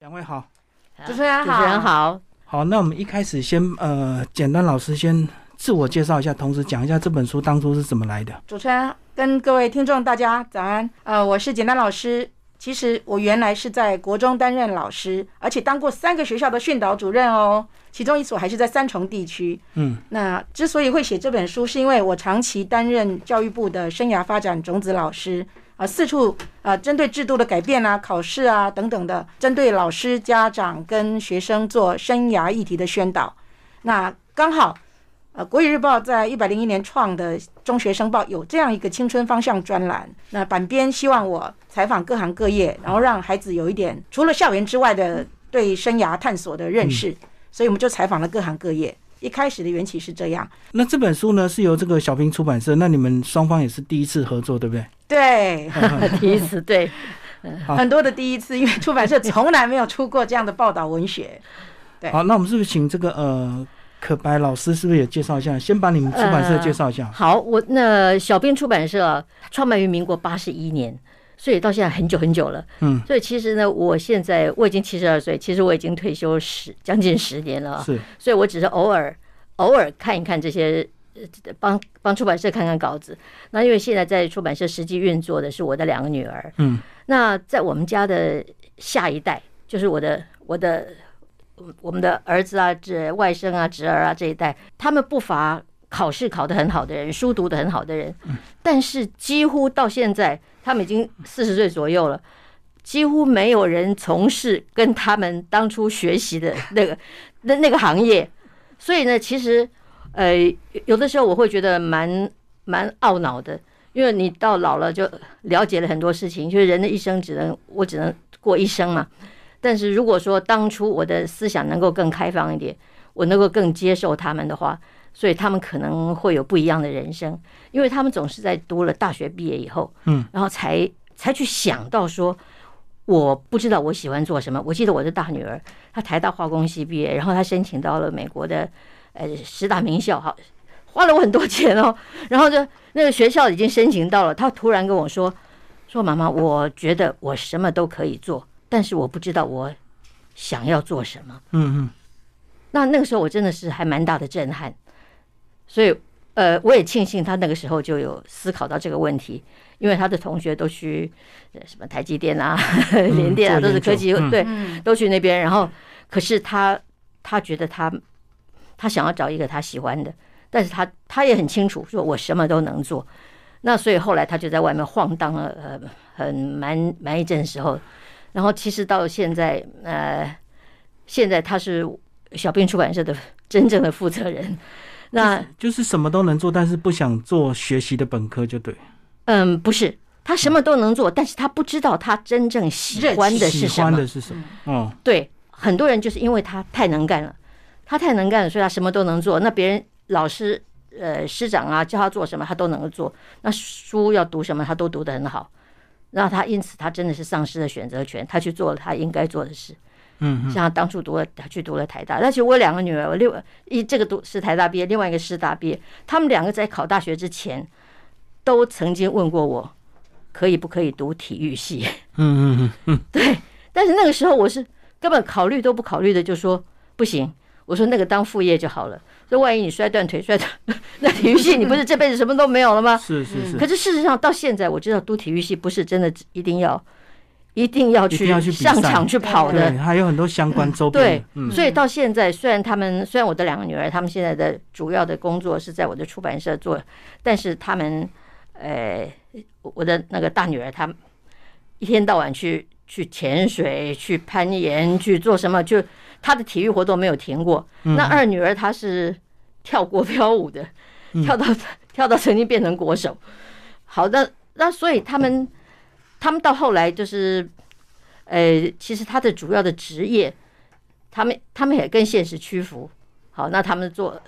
两位好，主持人主持人好，好，好，那我们一开始先呃，简单老师先自我介绍一下，同时讲一下这本书当初是怎么来的。主持人跟各位听众大家早安。呃，我是简单老师。其实我原来是在国中担任老师，而且当过三个学校的训导主任哦，其中一所还是在三重地区。嗯，那之所以会写这本书，是因为我长期担任教育部的生涯发展种子老师，啊、四处啊、呃针对制度的改变啊、考试啊等等的，针对老师、家长跟学生做生涯议题的宣导。那刚好呃，《国语日报》在一百零一年创的《中学生报》有这样一个青春方向专栏。那版编希望我采访各行各业，然后让孩子有一点除了校园之外的对生涯探索的认识，所以我们就采访了各行各业。一开始的缘起是这样，那这本书呢是由这个小平出版社，那你们双方也是第一次合作，对 不对？对，第一次对，好很多的第一次，因为出版社从来没有出过这样的报道文学。对好，那我们是不是请这个呃可白老师是不是也介绍一下？先把你们出版社介绍一下。好，我那小编出版社啊创办于民国八十一年，所以到现在很久很久了。嗯，所以其实呢，我现在我已经七十二岁，其实我已经退休十将近十年了啊，是，所以我只是偶尔偶尔看一看这些，呃帮帮出版社看看稿子。那因为现在在出版社实际运作的是我的两个女儿，嗯，那在我们家的下一代就是我的我的我们的儿子啊、这外甥啊、侄儿啊这一代，他们不乏考试考得很好的人，书读得很好的人，但是几乎到现在，他们已经四十岁左右了。几乎没有人从事跟他们当初学习的那个那那个行业，所以呢，其实呃，有的时候我会觉得蛮蛮懊恼的，因为你到老了就了解了很多事情，就是人的一生只能我只能过一生嘛。但是如果说当初我的思想能够更开放一点，我能够更接受他们的话，所以他们可能会有不一样的人生，因为他们总是在读了大学毕业以后，嗯，然后才才去想到说。我不知道我喜欢做什么。我记得我的大女儿，她台大化工系毕业，然后她申请到了美国的呃十大名校，好，花了我很多钱哦。 然后呢，那个学校已经申请到了，她突然跟我说：“说妈妈，我觉得我什么都可以做，但是我不知道我想要做什么。”嗯嗯，那那个时候我真的是还蛮大的震撼，所以呃，我也庆幸他那个时候就有思考到这个问题，因为他的同学都去呃什么台积电啊、联电啊，嗯做都是研科技、究嗯对，嗯，都去那边。然后，可是他他觉得他他想要找一个他喜欢的，但是他他也很清楚，说我什么都能做。那所以后来他就在外面晃荡了，呃，很蛮蛮一阵时候。然后其实到现在，呃，现在他是小编出版社的真正的负责人。那就是什么都能做，但是不想做学习的本科就对。嗯，不是他什么都能做，但是他不知道他真正喜欢的是喜什欢么。嗯的是什么？哦，对，很多人就是因为他太能干了，他太能干了，所以他什么都能做。那别人老师、呃师长啊叫他做什么，他都能够做。那书要读什么，他都读得很好。然后他因此他真的是丧失了选择权，他去做了他应该做的事。嗯像他当初读了，他去读了台大。但是我两个女儿，我另外一这个读是台大毕业，另外一个师大毕业，他们两个在考大学之前都曾经问过我，可以不可以读体育系？嗯嗯嗯 对，但是那个时候我是根本考虑都不考虑的，就说不行，我说那个当副业就好了。说万一你摔断腿摔断， 那体育系你不是这辈子什么都没有了嗯，吗？是是可是，是事实上到现在我知道读体育系不是真的一定要一定要一定要去去比赛上场去跑的对，，还有很多相关周边对的。，嗯所以到现在，虽然他们虽然我的两个女儿，她们现在的主要的工作是在我的出版社做，但是她们，呃，我的那个大女儿，她一天到晚去去潜水、去攀岩、去做什么，就她的体育活动没有停过。嗯那二女儿她是跳国标舞的，嗯跳到跳到曾经变成国手。好的，那所以他们他们到后来就是，呃，其实他的主要的职业，他们他们也跟现实屈服。好，那他们做，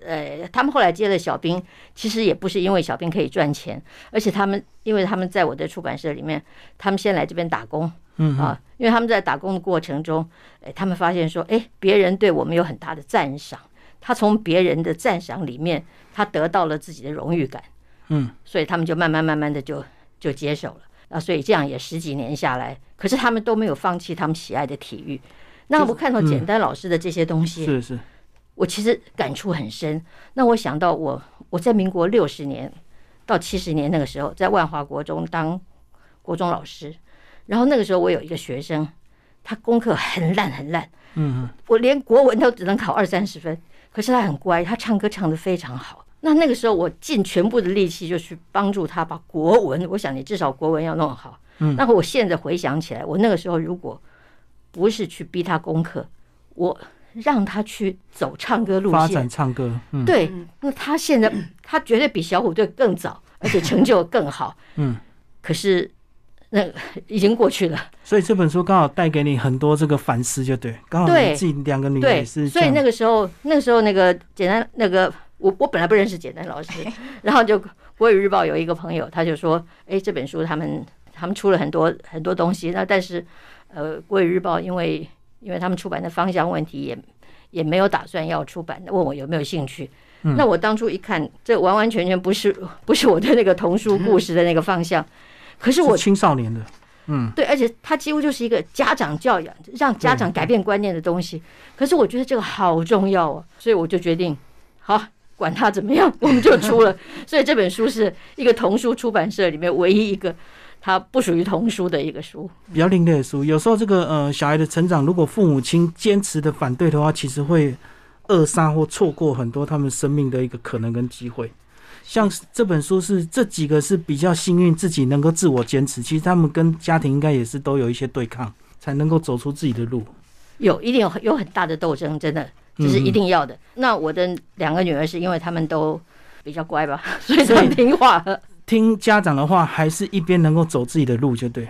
呃，他们后来接了小兵，其实也不是因为小兵可以赚钱，而且他们因为他们在我的出版社里面，他们先来这边打工。嗯啊，因为他们在打工的过程中，哎，他们发现说，哎，别人对我们有很大的赞赏，他从别人的赞赏里面，他得到了自己的荣誉感。嗯，所以他们就慢慢慢慢的就就接手了。啊，所以这样也十几年下来，可是他们都没有放弃他们喜爱的体育。那我看到嗯简单老师的这些东西，是是，我其实感触很深。那我想到我我在民国六十年到七十年那个时候，在万华国中当国中老师，然后那个时候我有一个学生，他功课很烂很烂，嗯，我连国文都只能考二三十分，可是他很乖，他唱歌唱得非常好。那那个时候我尽全部的力气就去帮助他把国文，我想你至少国文要弄好。嗯那我现在回想起来，我那个时候如果不是去逼他功课，我让他去走唱歌路发线展，唱歌，嗯，对嗯，那他现在他绝对比小虎队更早，而且成就更好。嗯，可是那已经过去了。所以这本书刚好带给你很多这个反思，就对，刚好对你自己两个女儿也是这所以样，那个时候，那个时候那个简单那个我我本来不认识简单老师，然后就国语日报有一个朋友，他就说，哎，这本书他们他们出了很多很多东西，那但是呃，国语日报因为因为他们出版的方向问题也也没有打算要出版，问我有没有兴趣。嗯那我当初一看，这完完全全不是不是我对那个童书故事的那个方向，可是是我青少年的，嗯，对，而且它几乎就是一个家长教养，让家长改变观念的东西。可是我觉得这个好重要哦，所以我就决定，好，管它怎么样，我们就出 了。所以这本书是一个童书出版社里面唯一一个它不属于童书的一个书。比较另类的书。有时候这个呃小孩的成长，如果父母亲坚持的反对的话，其实会扼杀或错过很多他们生命的一个可能跟机会。像这本书是这几个是比较幸运，自己能够自我坚持。其实他们跟家庭应该也是都有一些对抗，才能够走出自己的路。有一定有有很大的斗争，真的这是一定要的。那我的两个女儿是因为她们都比较乖吧，所以她们听话了。听家长的话，还是一边能够走自己的路就对，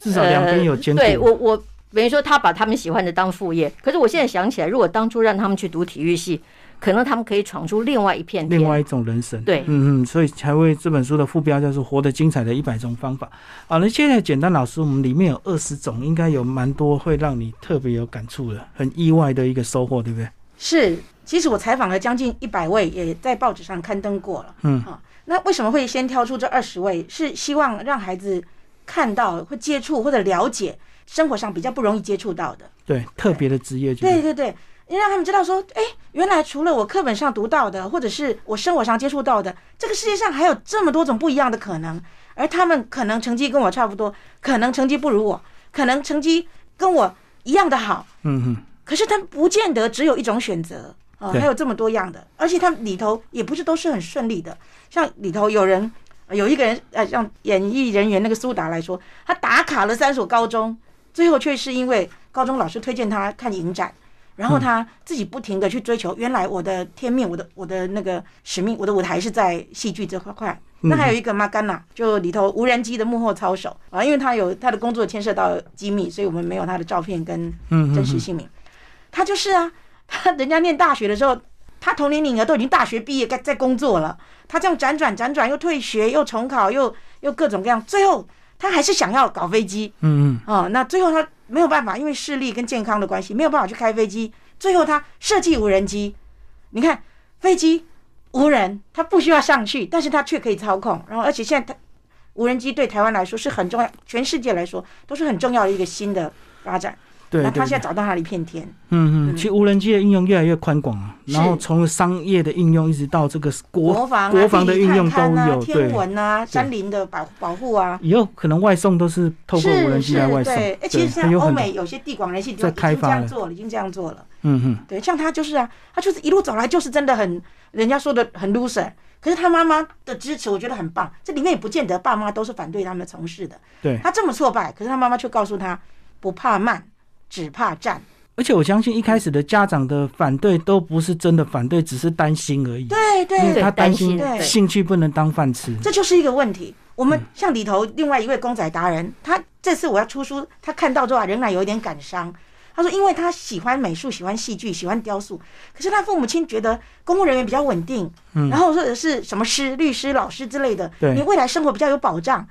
至少两边有监督。呃、对我我等于说他把他们喜欢的当副业，可是我现在想起来，如果当初让他们去读体育系，可能他们可以闯出另外一片天。另外一种人生。对嗯嗯，所以才会这本书的副标叫做《活得精彩的一百种方法》。好，那现在简单老师，我们里面有二十种，应该有蛮多会让你特别有感触的，很意外的一个收获，对不对？是，其实我采访了将近一百位，也在报纸上刊登过了。嗯啊，那为什么会先挑出这二十位？是希望让孩子看到、会接触或者了解生活上比较不容易接触到的。对，特别的职业就是对对对，让他们知道说，哎，原来除了我课本上读到的，或者是我生活上接触到的，这个世界上还有这么多种不一样的可能。而他们可能成绩跟我差不多，可能成绩不如我，可能成绩跟我一样的好，嗯嗯，可是他们不见得只有一种选择啊、对还有这么多样的，而且他们里头也不是都是很顺利的。像里头有人呃有一个人，呃，像演艺人员那个苏达来说，他打卡了三所高中，最后却是因为高中老师推荐他看影展。然后他自己不停的去追求，原来我的天命，我的我的那个使命，我的舞台是在戏剧这块块。那还有一个 m a g a n a 就里头无人机的幕后操手啊，因为他有他的工作牵涉到机密，所以我们没有他的照片跟嗯嗯真实姓名。他就是啊，他人家念大学的时候，他同龄女儿都已经大学毕业，该在工作了。他这样辗转辗转，又退学，又重考，又又各种各样，最后他还是想要搞飞机嗯嗯，啊、那最后他没有办法，因为视力跟健康的关系，没有办法去开飞机。最后他设计无人机，你看飞机无人，他不需要上去，但是他却可以操控。然后而且现在他无人机对台湾来说是很重要，全世界来说都是很重要的一个新的发展。对那对他现对在找到他的一片天。嗯嗯，其实无人机的应用越来越宽广啊，是然后从商业的应用一直到这个国，国防、啊、国防的地理运用探勘啊都有对天文啊、山林的保保护啊，以后可能外送都是透过是无人机来是外送，对，哎，其实还像有欧很多美有些地广人稀地在方已开经这发样了做了，已经这样做了。嗯嗯。对，像他就是啊，他就是一路走来就是真的很，人家说的很 loser。可是他妈妈的支持，我觉得很棒。这里面也不见得爸妈都是反对他们从事的。对他这么挫败，可是他妈妈却告诉他，不怕慢，只怕战。而且我相信一开始的家长的反对都不是真的反对，只是担心而已。对对因为他担对心担心对兴趣不能当饭吃。这就是一个问题。我嗯们像里头另外一位公仔达人，他这次我要出书，他看到之后啊，仍然有一点感伤。他说，因为他喜欢美术，喜欢戏剧，喜欢雕塑，可是他父母亲觉得公务人员比较稳定，嗯然后或者是什么师、律师、老师之类的，对你未来生活比较有保障。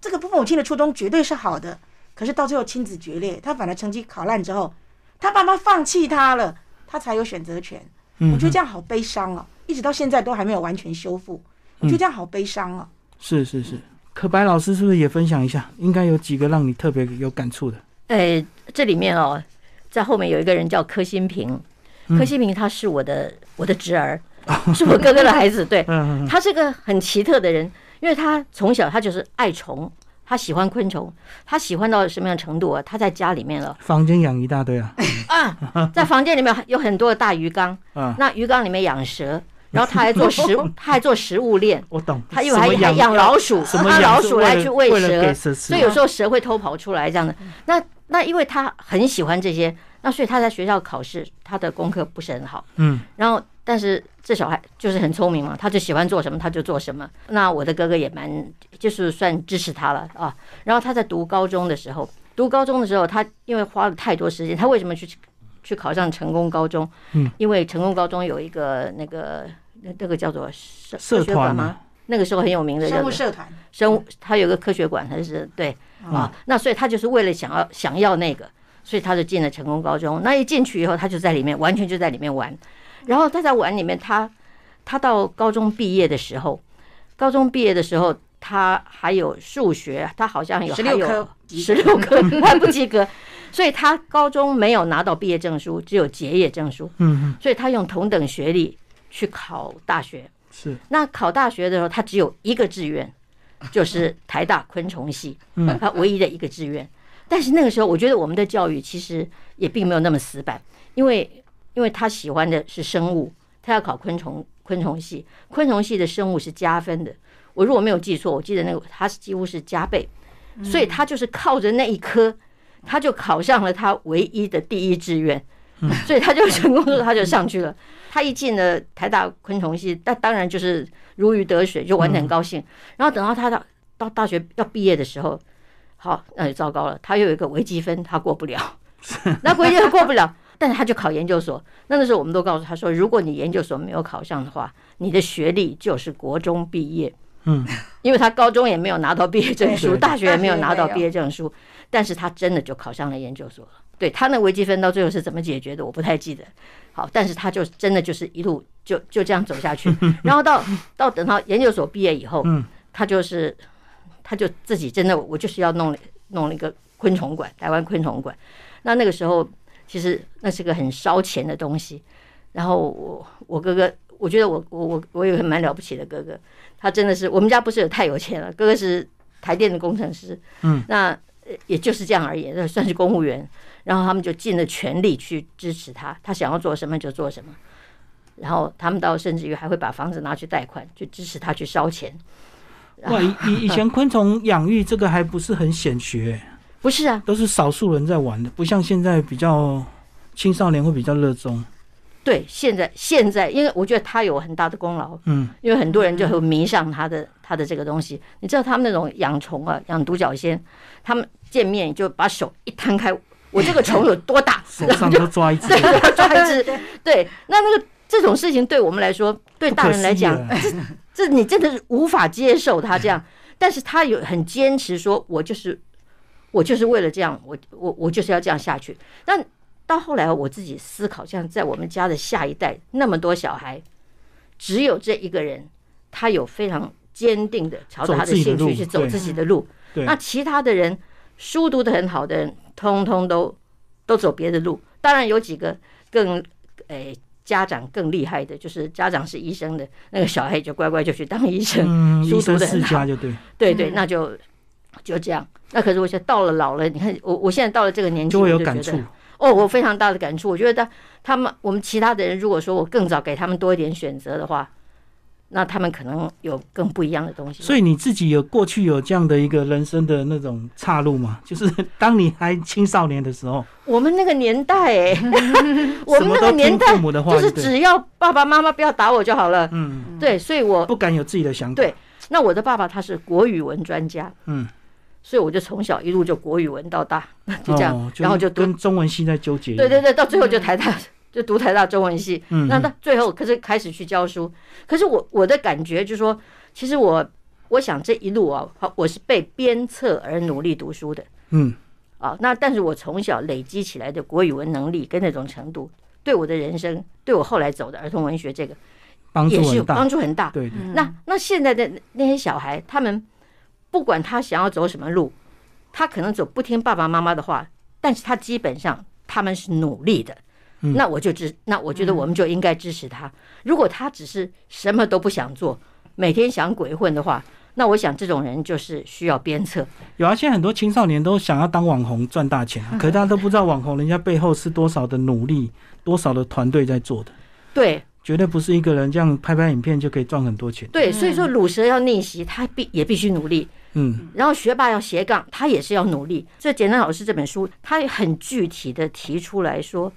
这个父母亲的初衷绝对是好的，可是到最后亲子决裂，他反而成绩考烂之后，他爸妈放弃他了，他才有选择权。嗯我觉得这样好悲伤哦，一直到现在都还没有完全修复，我觉得这样好悲伤哦。是是是，可白老师是不是也分享一下？应该有几个让你特别有感触的。哎，这里面哦，在后面有一个人叫柯新平，嗯哦柯新平他是我的我的侄儿，是我哥哥的孩子，对 嗯，嗯他是个很奇特的人，因为他从小他就是爱虫，他喜欢昆虫，他喜欢到什么样程度啊？他在家里面了房间养一大堆 啊，啊，在房间里面有很多的大鱼缸， 啊，那鱼缸里面养蛇，然后他还 做食物，他还做食物链，我懂。他因为什还么还养老鼠，什么他养老是鼠为来了去喂为了蛇，给蛇吃，所以有时候蛇会偷跑出来这样的。嗯那那因为他很喜欢这些，那所以他在学校考试，他的功课不是很好。嗯，然后但是这小孩就是很聪明嘛，他就喜欢做什么他就做什么。那我的哥哥也蛮就是算支持他了啊。然后他在读高中的时候，读高中的时候，他因为花了太多时间，他为什么去去考上成功高中？嗯，因为成功高中有一个那个那那个叫做社社学馆团啊吗？那个时候很有名的叫生物做社团生物，他有个科学馆，他是对啊，那所以他就是为了想要想要那个，所以他就进了成功高中。那一进去以后，他就在里面完全就在里面玩，然后他在玩里面，他他到高中毕业的时候，高中毕业的时候，他还有数学，他好像有十还六有科，十六科还不及格，所以他高中没有拿到毕业证书，只有结业证书，嗯嗯所以他用同等学历去考大学。是，那考大学的时候，他只有一个志愿，就是台大昆虫系，嗯他唯一的一个志愿。但是那个时候，我觉得我们的教育其实也并没有那么死板，因为因为他喜欢的是生物，他要考昆虫昆虫系，昆虫系的生物是加分的。我如果没有记错，我记得那个他是几乎是加倍，所嗯以他就是靠着那一科，他就考上了他唯一的第一志愿，嗯 所以他就成功了，他就上去了。他一进了台大昆虫系，那当然就是如鱼得水，就玩得嗯很高兴。然后等到他到到大学要毕业的时候，好，那就糟糕了，他又有一个微积分，他过 不了，那估计又过不了。但是他就考研究所，那那时候我们都告诉他说，如果你研究所没有考上的话，你的学历就是国中毕业，嗯，因为他高中也没有拿到毕业证书，对大学也没有拿到大学也没有毕业证书，但是他真的就考上了研究所了。对他那微积分到最后是怎么解决的，我不太记得。好，但是他就真的就是一路就就这样走下去，然后到到等到研究所毕业以后，嗯他就是他就自己真的我就是要弄弄了一个昆虫馆，台湾昆虫馆。那那个时候其实那是个很烧钱的东西。然后我我哥哥，我觉得我我我我有个蛮了不起的哥哥，他真的是我们家不是有太有钱了，哥哥是台电的工程师，嗯，那呃也就是这样而已，那算是公务员。然后他们就尽了全力去支持他，他想要做什么就做什么。然后他们到甚至于还会把房子拿去贷款，去支持他去烧钱。哇，以以以前昆虫养育这个还不是很显学，不是啊，都是少数人在玩的，不像现在比较青少年会比较热衷。对，现在现在，因为我觉得他有很大的功劳，嗯，，因为很多人就会迷上他的他的这个东西。你知道他们那种养虫啊，养独角仙，他们见面就把手一摊开，我这个虫有多大手上都抓 一只，对，我抓 一只。对，那那个这种事情对我们来说，对不大可人来思议啊讲，了。哎这你真的是无法接受他这样， 但是他有很坚持说，我就是我就是为了这样，我我我就是要这样下去。但到后来我自己思考，像在我们家的下一代那么多小孩，只有这一个人，他有非常坚定的朝着他走自己的兴路趣去走对自己的路。对那其他的人书读得很好的人，通通都都走别的路。当然有几个更诶、家长更厉害的，就是家长是医生的，那个小孩就乖乖就去当医生。嗯，书医生读得世很家好就对，对对，那就就这样。那可是我现在到了老了，你看我我现在到了这个年纪，就会有我觉得感触。哦，我非常大的感触。我觉得他们我们其他的人，如果说我更早给他们多一点选择的话，那他们可能有更不一样的东西。所以你自己有过去有这样的一个人生的那种岔路嘛？就是 当你还青少年的时候，我们那个年 代、哎，我什们么都那个听年代父母的话，就是对只要爸爸妈妈不要打我就好了。嗯，对，所以我不敢有自己的想法。对那我的爸爸他是国语文专家，嗯，所以我就从小一路就国语文到大， 就这样，哦然后就读跟中文系在纠结。对对，对，到最后就台大、 就读台大中文系，嗯，那到最后可是开始去教书，可是我我的感觉就是说，其实我我想这一路啊，我是被鞭策而努力读书的嗯，啊，那但是我从小累积起来的国语文能力跟那种程度，对我的人生，对我后来走的儿童文学这个帮也助是有很大帮。助很大。对对，那那现在的那那些小孩，他们不管他想要走什么路，他可能走不听爸爸妈妈的话，但是他基本上他们是努力的。嗯那我就支，那我觉得我们就应该支持他。如果他只是什么都不想做，每天想鬼混的话，那我想这种人就是需要鞭策。有啊，现在很多青少年都想要当网红赚大钱、啊，可是大家都不知道网红人家背后是多少的努力，多少的团队在做的，对绝对不是一个人这样拍拍影片就可以赚很多钱。对，所以说鲁蛇要逆袭，他必也必须努力。嗯，然后学霸要斜杠，他也是要努力。所以简单老师这本书，他很具体的提出来说，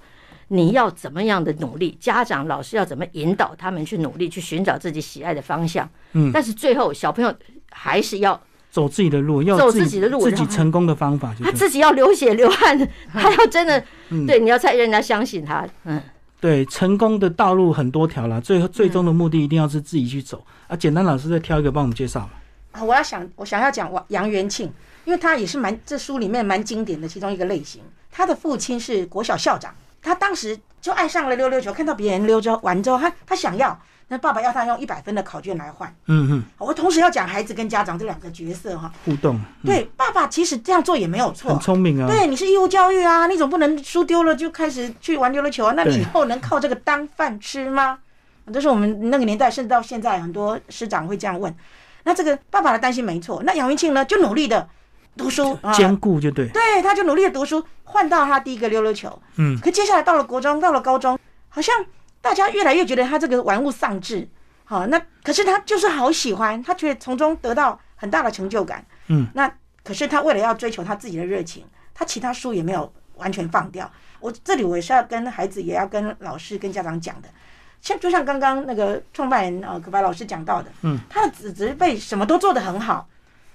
你要怎么样的努力，家长、老师要怎么引导他们去努力，去寻找自己喜爱的方向。嗯但是最后小朋友还 是要走自己的路，要走有自己的路自然后己成功的方法就他对了。自己要流血流汗，他要真的嗯对，你要才让人家相信他。嗯，对，成功的道路很多条啦，最后最终的目的一定要是自己去走、啊。简单老师再挑一个帮我们介绍嘛。啊，我要想，我想要讲王杨元庆，因为他也是蛮这书里面蛮经典的其中一个类型。他的父亲是国小校长，他当时就爱上了溜溜球，看到别人溜球玩之后，他他想要，那爸爸要他用一百分的考卷来换。嗯嗯，我同时要讲孩子跟家长这两个角色哈。互动，嗯、对，爸爸其实这样做也没有很哦错。聪明啊。对，你是义务教育啊，你总不能书丢了就开始去玩溜溜球啊？那你对以后能靠这个当饭吃吗？这是我们那个年代，甚至到现在，很多师长会这样问。那这个爸爸的担心没错，那杨云庆呢，就努力的读书啊，兼顾就对。对，他就努力的读书，换到他第一个溜溜球。嗯，可接下来到了国中，到了高中，好像大家越来越觉得他这个玩物丧志。好、那可是他就是好喜欢，他觉得从中得到很大的成就感。嗯，那可是他为了要追求他自己的热情，他其他书也没有完全放掉。我这里我也是要跟孩子，也要跟老师、跟家长讲的。像就像刚刚那个创办人呃，可白老师讲到的，嗯，他的子侄辈什么都做得很好，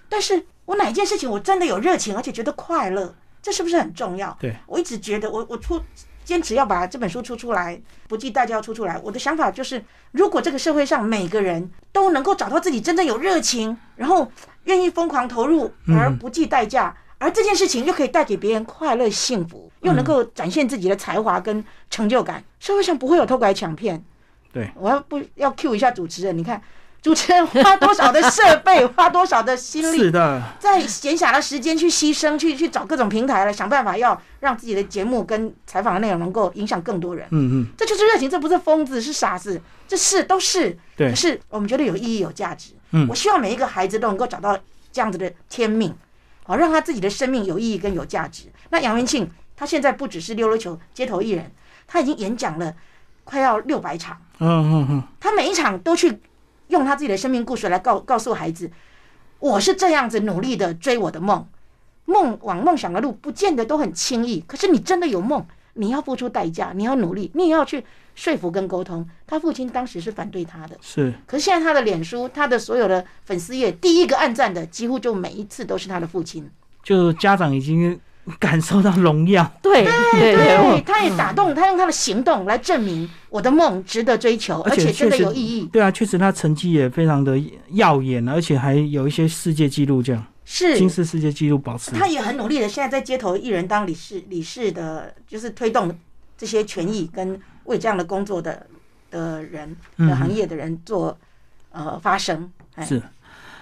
但是我哪一件事情我真的有热情，而且觉得快乐，这是不是很重要？对，我一直觉得我我出坚持要把这本书出出来，不计代价要出出来。我的想法就是，如果这个社会上每个人都能够找到自己真正有热情，然后愿意疯狂投入嗯而不计代价，而这件事情又可以带给别人快乐、幸福，又能够展现自己的才华跟成就感，社会上不会有偷拐抢骗。对，我要不要 cue 一下主持人？你看。主持人花多少的设备， 花多少的心力，是的，在闲暇的时间去牺牲，去去找各种平台来想办法，要让自己的节目跟采访的内容能够影响更多人。嗯嗯，这就是热情，这不是疯子，是傻子，这是都是。对可，是我们觉得有意义、有价值。嗯我希望每一个孩子都能够找到这样子的天命，好、让他自己的生命有意义跟有价值。那杨元庆他现在不只是溜溜球街头艺人，他已经演讲了快要六百场。嗯嗯嗯，他每一场都去用他自己的生命故事来告告诉孩子，我是这样子努力的追我的梦，梦往梦想的路不见得都很轻易，可是你真的有梦，你要付出代价，你要努力，你也要去说服跟沟通。他父亲当时是反对他的，是可是现在他的脸书，他的所有的粉丝页，第一个按赞的几乎就每一次都是他的父亲。就家长已经感受到荣耀， 对对对，对，我他也打动，他用他的行动来证明我的梦值得追求，而且真的确实有意义。对啊，确实他成绩也非常的耀眼，而且还有一些世界纪录，这样是，金氏世界纪录保持。他也很努力的，现在在街头艺人当理事，理事的，就是推动这些权益跟为这样的工作的的人嗯的行业的人做呃发声。哎是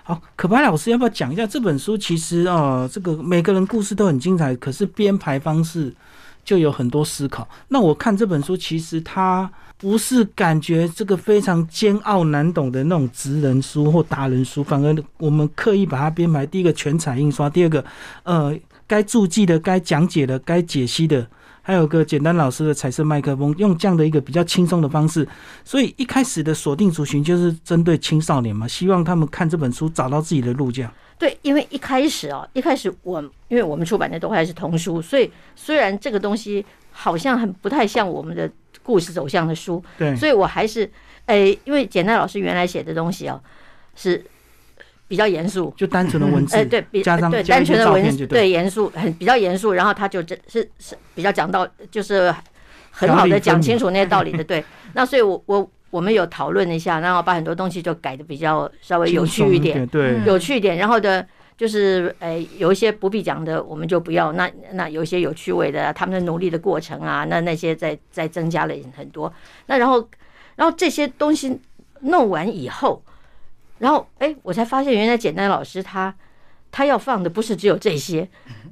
好，可白老师要不要讲一下这本书？其实啊、呃，这个每个人故事都很精彩，可是编排方式就有很多思考。那我看这本书，其实它不是感觉这个非常煎熬难懂的那种职人书或达人书，反而我们刻意把它编排。第一个全彩印刷，第二个呃该注记的、该讲解的、该解析的。还有个简单老师的彩色麦克风，用这样的一个比较轻松的方式，所以一开始的锁定族群就是针对青少年嘛，希望他们看这本书找到自己的路，这样。对，因为一开始啊，一开始我因为我们出版的都还是童书，所以虽然这个东西好像很不太像我们的故事走向的书，对，所以我还是诶、因为简单老师原来写的东西啊是比较严肃，就单纯的文字，哎，对比加上对加单一些纯的照文片字就对严肃很比较严肃，然后他就真是是比较讲到就是很条好理的分讲明清楚那些道理 的，对。那所以我我我们有讨论一下，然后把很多东西就改的比较稍微有轻趣松一一点，，嗯对，有趣一点，然后的。就是诶、有一些不必讲的，我们就不要。那那有一些有趣味的，他们的努力的过程啊，那那些再再增加了很多。那然后，然后这些东西弄完以后，然后哎，我才发现原来简单老师他他要放的不是只有这些，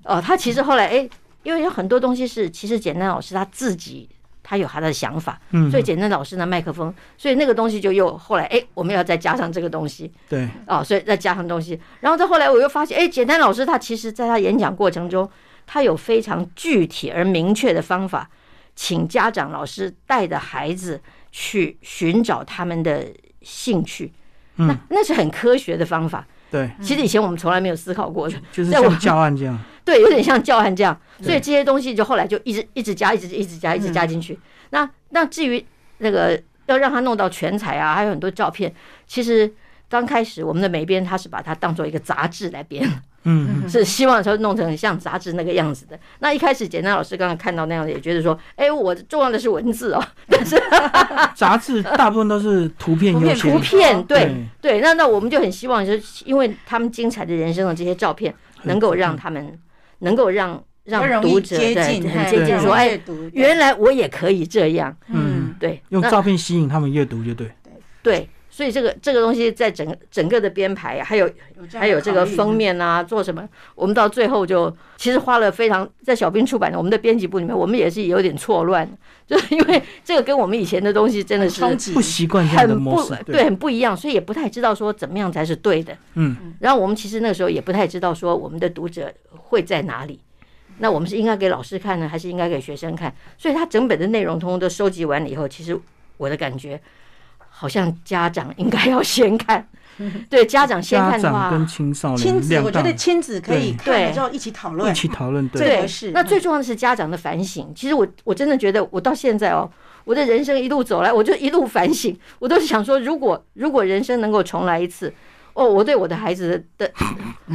哦，他其实后来哎，因为有很多东西是其实简单老师他自己他有他的想法，嗯所以简单老师呢麦克风，所以那个东西就又后来哎，我们要再加上这个东西，对，哦，所以再加上东西，然后再后来我又发现，哎，简单老师他其实在他演讲过程中，他有非常具体而明确的方法，请家长老师带着孩子去寻找他们的兴趣，嗯那那是很科学的方法。对，其实以前我们从来没有思考过的，就是在我像教案这样，对，有点像教案这样，对所以这些东西就后来就一直一直加，一直一直加，一直加进去。那那至于那个要让他弄到全彩啊，还有很多照片，其实刚开始我们的美编他是把它当做一个杂志来编， 嗯，是希望说弄成像杂志那个样子的。那一开始简单老师刚刚看到那样的，也觉得说，哎，我重要的是文字哦，杂志大部分都是图片 优先，图片对对对。那那我们就很希望，就是因为他们精彩的人生的这些照片，能够嗯让他们能够让比较让容读易者接对近，很嘿接比近较说，容易哎阅。读对原来我也可以这样，嗯对，用那照片吸引他们阅读就对，对，所以这个这个东西在整个整个的编排，还有这样的还有这个考虑封，面啊，做什么，我们到最后就其实花了非常在小兵出版的我们的编辑部里面，我们也是有点错乱，就是因为这个跟我们以前的东西真的是冲击不习惯这样的很模不呃式，对，，很不一样，所以也不太知道说怎么样才是对的。嗯，然后我们其实那个时候也不太知道说我们的读者会在哪里。那我们是应该给老师看呢，还是应该给学生看？所以他整本的内容通通都收集完了以后，其实我的感觉好像家长应该要先 看，对家长先家看的长话跟，青少亲年子，哦两我觉大得亲子可以对看了对之后一起讨一论，起讨论，对，这对个是，那最重要的是家长的反省。其实我我真的觉得，我到现在哦，我的人生一路走来，我就一路反省，我都是想说，如果如果人生能够重来一次，哦，我对我的孩子 的，的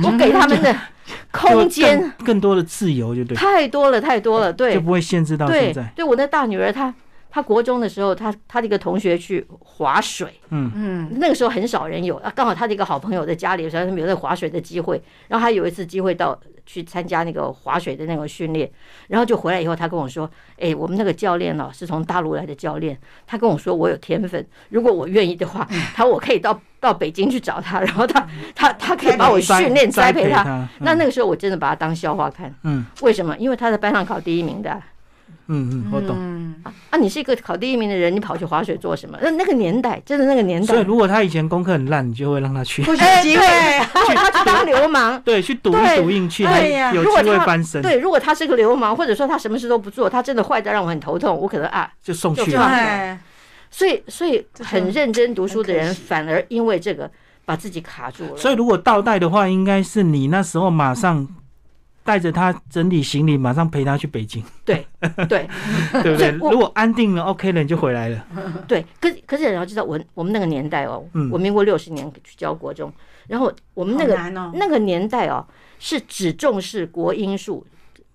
我给他们的就空间更更多的自由就对，哦太多了，太多了，就对不会限制到现对在，对，我那大女儿她她国中的时候，她她的一个同学去划水，嗯嗯，那个时候很少人有，啊，刚好她的一个好朋友的家里，所以他们有那划水的机会，然后她有一次机会到去参加那个划水的那种训练，然后就回来以后，她跟我说，哎，我们那个教练哦是从大陆来的教练，他跟我说我有天分，如果我愿意的嗯话，他我可以到到北京去找他，然后他他他可以把我训练栽培他。他，那嗯那个时候我真的把他当笑话看，嗯为什么？因为他在班上考第一名的啊、嗯嗯，我懂。懂，啊，你是一个考第一名的人，你跑去划水做什么？那那个年代，真的那个年代所以，，如果他以前功课很烂，你就会让他去，，不是机会，啊如 果他去当流氓 对，去赌一对赌运气，还哎呀有如果机会他翻身，对，如果他是个流氓，或者说他什么事都不做，他真的坏的让我很头痛，我可能啊，就送就去这了样。对，所以所以这就很认真读书的很人，可惜反而因为这个把自己卡住了。所以，如果倒带的话，应该是你那时候马上带着他整理行李，马上陪他去北 京，对对对不 对？所以我如果安定了，OK 了，你就回来了。对，可是可是你要知道，我我们那个年代哦，嗯我民国六十年去教国中，然后我们那个好难哦那个年代哦，是只重视国英数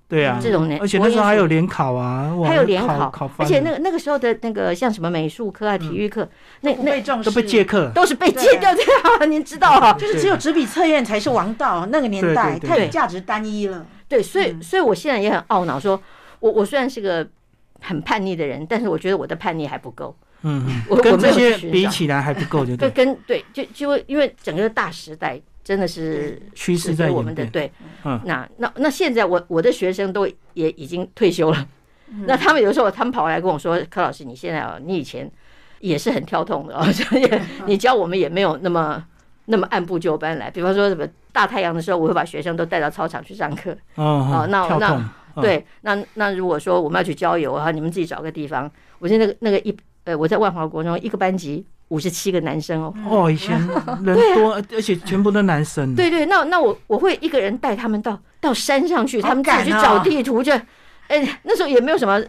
对啊，这种年，而且那时候还国英数有联考啊，哇还有联考，考，考翻而且了那个那个时候的那个像什么美术课啊、体育课，那不那被重视，都被借课了，都是被对嗯戒掉这样，您知道啊？ 就是只有纸笔测验才是王道，那个年代对对对太对价值单一了，对，所以嗯所以我现在也很懊恼，说我我虽然是个很叛逆的人，但是我觉得我的叛逆还不够，嗯，我嗯跟我没这有些去比寻找起来还不够，就 对对，跟对就就因为整个大时代真的是趋势在是我演们的变。对，嗯那那那现在我我的学生都也已经退休了， 那他们有时候他们跑来跟我说，柯老师，你现在哦，你以前也是很跳痛的哦， 所以你教我们也没有那么那么按部就班来。比方说什么大太阳的时候，我会把学生都带到操场去上课，哦哦那我跳那动，嗯对，那那如果说我们要去郊游，然啊后你们自己找个地方，我现在那个那个一呃，我在万华国中一个班级五十七个男生哦，哦，以前人多，而且全部都男嗯生。啊对对，那那我我会一个人带他们到到山上去，好他们自己去赶哦找地图去。哎，那时候也没有什么，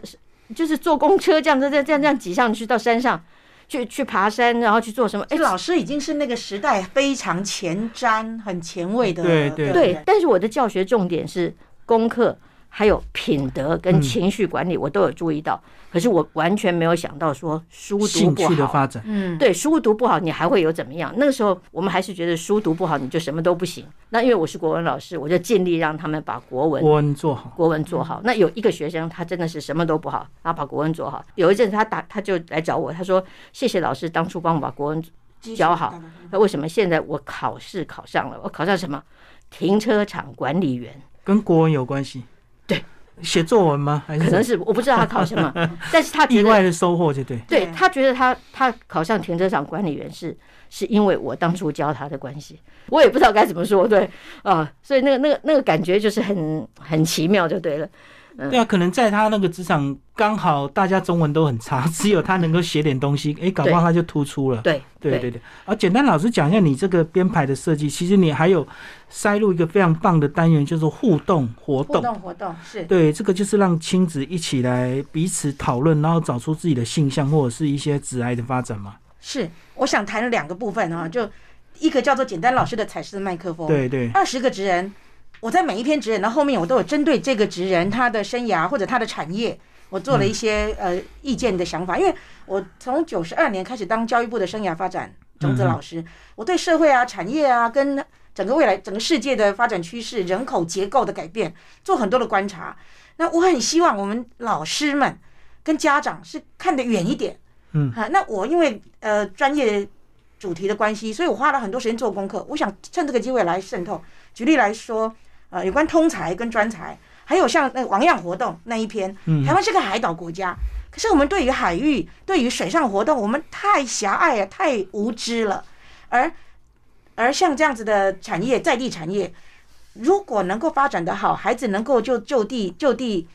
就是坐公车这样子，这样这样这样挤上去到山上，去去爬山，然后去做什么？哎哎，，老师已经是那个时代非常前瞻、很前卫的，对对不对。但是我的教学重点是功课，还有品德跟嗯情绪管理，我都有注意到。可是我完全没有想到说书读兴不趣的好，发展，嗯，对书读不好，你还会有怎么样？那个时候我们还是觉得书读不好，你就什么都不行。那因为我是国文老师，我就尽力让他们把国文国文做好，国文做嗯好。那有一个学生，他真的是什么都不好，然后把国文做好。有一阵子他打他就来找我，他说：“谢谢老师当初帮我把国文基础教好大概，那为什么现在我考试考上了？我考上什么？停车场管理员。跟国文有关系。对，写作文吗？还可能是是我不知道他考 什么，但是他觉哎意得外的收获？就对，对对他觉得他他考上停车场管理员是是因为我当初教他的关系，我也不知道该怎么说，对啊、所以那个那个那个感觉就是很很奇妙就对了。嗯对啊，可能在他那个职场刚好大家中文都很差， 只有他能够写点东西，诶，搞不好他就突出了。对对对对，啊，简单老师讲一下你这个编排的设计，其实你还有塞入一个非常棒的单元，就是互动活互动。动活动是对，这个就是让亲子一起来彼此讨论，然后找出自己的性向或者是一些职癌的发展嘛。是，我想谈了两个部分啊，就一个叫做简单老师的彩色麦克风，对对二十个职人，我在每一篇职人的后面，我都有针对这个职人他的生涯或者他的产业，我做了嗯一些、呃意见的想法。因为我从九十二年开始当教育部的生涯发展种子嗯老师，我对社会啊、产业啊、跟整个未来、整个世界的发展趋势、人口结构的改变，做很多的观察。那我很希望我们老师们跟家长是看得远一点，嗯啊，那我因为呃专业主题的关系，所以我花了很多时间做功课。我想趁这个机会来渗透。举例来说，呃，有关通才跟专才，还有像那个王样活动那一篇，嗯台湾是个海岛国家，可是我们对于海域、对于水上活动，我们太狭隘啊，太无知了。而而像这样子的产业，在地产业，如果能够发展得好，孩子能够就就地就地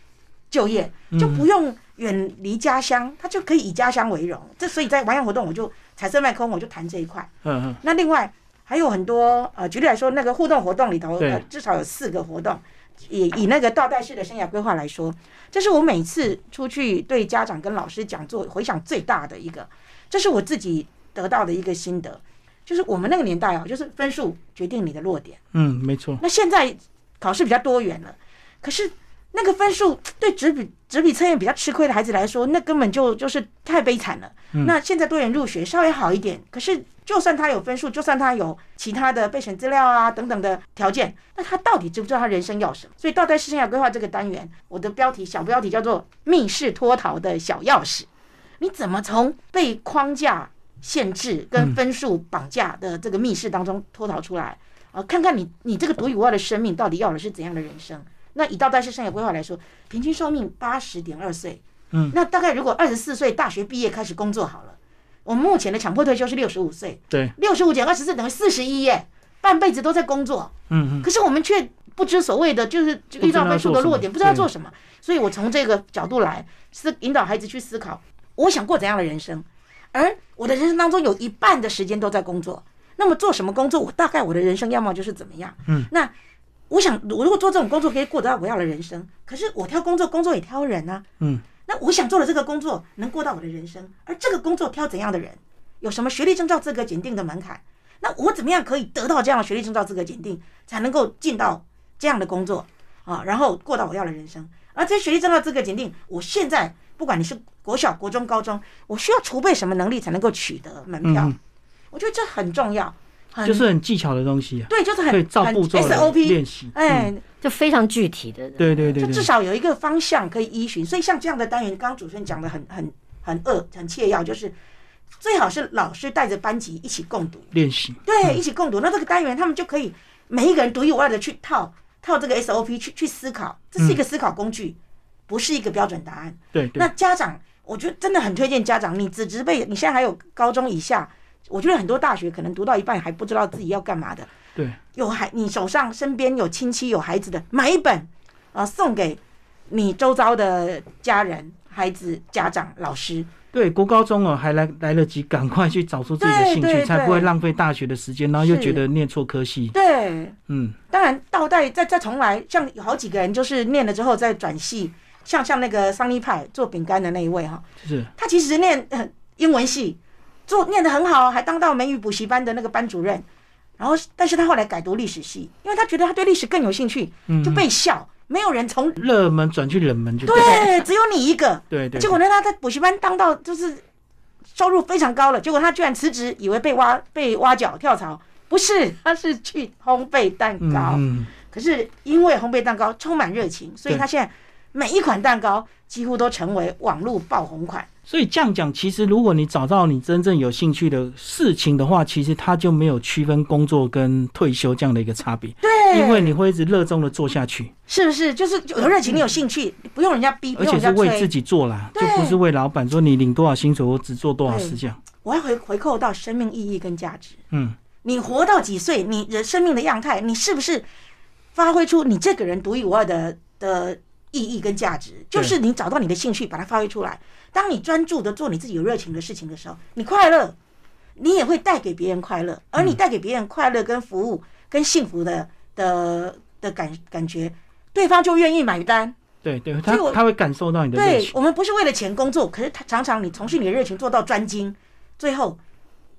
就业，嗯就不用远离家乡，他就可以以家乡为荣。这所以在玩样活动，我就彩色麦克风，我就谈这一块。嗯嗯，那另外还有很多呃，举例来说，那个互动活动里头，对呃、至少有四个活动。以以那个倒带式的生涯规划来说，这是我每次出去对家长跟老师讲座回想最大的一个，这是我自己得到的一个心得，就是我们那个年代啊，就是分数决定你的落点。嗯，没错。那现在考试比较多元了，可是那个分数对纸笔纸笔测验比较吃亏的孩子来说，那根本就就是太悲惨了。嗯那现在多元入学稍微好一点，可是就算他有分数，就算他有其他的备选资料啊等等的条件，那他到底知不知道他人生要什么？所以倒带式生涯规划这个单元，我的标题小标题叫做“密室脱逃的小钥匙”。你怎么从被框架限制跟分数绑架的这个密室当中脱逃出来？啊，看看你你这个独一无二的生命到底要的是怎样的人生？那以倒带式生涯规划来说，平均寿命八十点二岁，嗯，那大概如果二十四岁大学毕业开始工作好了，我们目前的强迫退休是六十五岁，对，六十五减二十四等于四十一耶，半辈子都在工作，嗯嗯。可是我们却不知所谓的，就是就不知道遇到分数的落点，做什么不知道做什么。所以我从这个角度来思引导孩子去思考，我想过怎样的人生，而我的人生当中有一半的时间都在工作。那么做什么工作，我大概我的人生样貌就是怎么样。嗯，那我想，我如果做这种工作，可以过得到我要的人生。可是我挑工作，工作也挑人啊。嗯，那我想做的这个工作能过到我的人生，而这个工作挑怎样的人，有什么学历证照资格检定的门槛？那我怎么样可以得到这样的学历证照资格检定，才能够进到这样的工作啊，然后过到我要的人生？而这些学历证照资格检定，我现在不管你是国小、国中、高中，我需要储备什么能力才能够取得门票？嗯我觉得这很重要，很就是很技巧的东西啊，对，就是可以很照很步骤来 SOP，练习。嗯，哎，就非常具体的。对对对就对至，少有一个方向可以依循。所以像这样的单元，刚刚主持人讲的很很很扼很切要，就是最好是老师带着班级一起共读，练习。对，一起共读。那这个单元他们就可以每一个人独一无二的去套套这个 SOP 去去思考，这是一个思考工具，不是一个标准答案。对对那，家长，我觉得真的很推荐家长，你只植被，你现在还有高中以下，我觉得很多大学可能读到一半还不知道自己要干嘛的。对，有孩，你手上身边有亲戚有孩子的，买一本啊，送给你周遭的家人、孩子、家长、老师。对，国高中哦，还来来得及，赶快去找出自己的对兴对趣，对才不会浪费大学的时间，然后又是觉得念错科系。对，嗯，当然倒带再再重来，像有好几个人就是念了之后再转系，像像那个桑尼派做饼干的那一位哈，就是他其实念、呃、英文系，做念得很好，还当到美语补习班的那个班主任。然后，但是他后来改读历史系，因为他觉得他对历史更有兴趣，就被笑，没有人从嗯热门转去冷门就对对，只有你一个。对对结果呢，他在补习班当到就是收入非常高了，结果他居然辞职，以为被挖被挖角跳槽，不是， 他是去烘焙蛋嗯糕。嗯，可是因为烘焙蛋糕充满热情，所以对他现在每一款蛋糕几乎都成为网络爆红款。所以这样讲，其实如果你找到你真正有兴趣的事情的话，其实它就没有区分工作跟退休这样的一个差别，对，因为你会一直热衷的做下去，是不是就是有热情，你有兴趣，不用人家逼，不而用且人是家为自催。己做啦，就对不是为老板说你领多少薪水，我只做多少事这样。我要回回扣到生命意义跟价值。嗯，你活到几岁，你人生命的样态，你是不是发挥出你这个人独一无二的的意义跟价值？对就是你找到你的兴趣，把它发挥出来。当你专注的做你自己有热情的事情的时候，你快乐，你也会带给别人快乐，而你带给别人快乐跟服务跟幸福的的的感感觉，对方就愿意买单。对对，所他以我他会感受到你的热对情。我们不是为了钱工作，可是他常常你从事你的热情做到专精，最后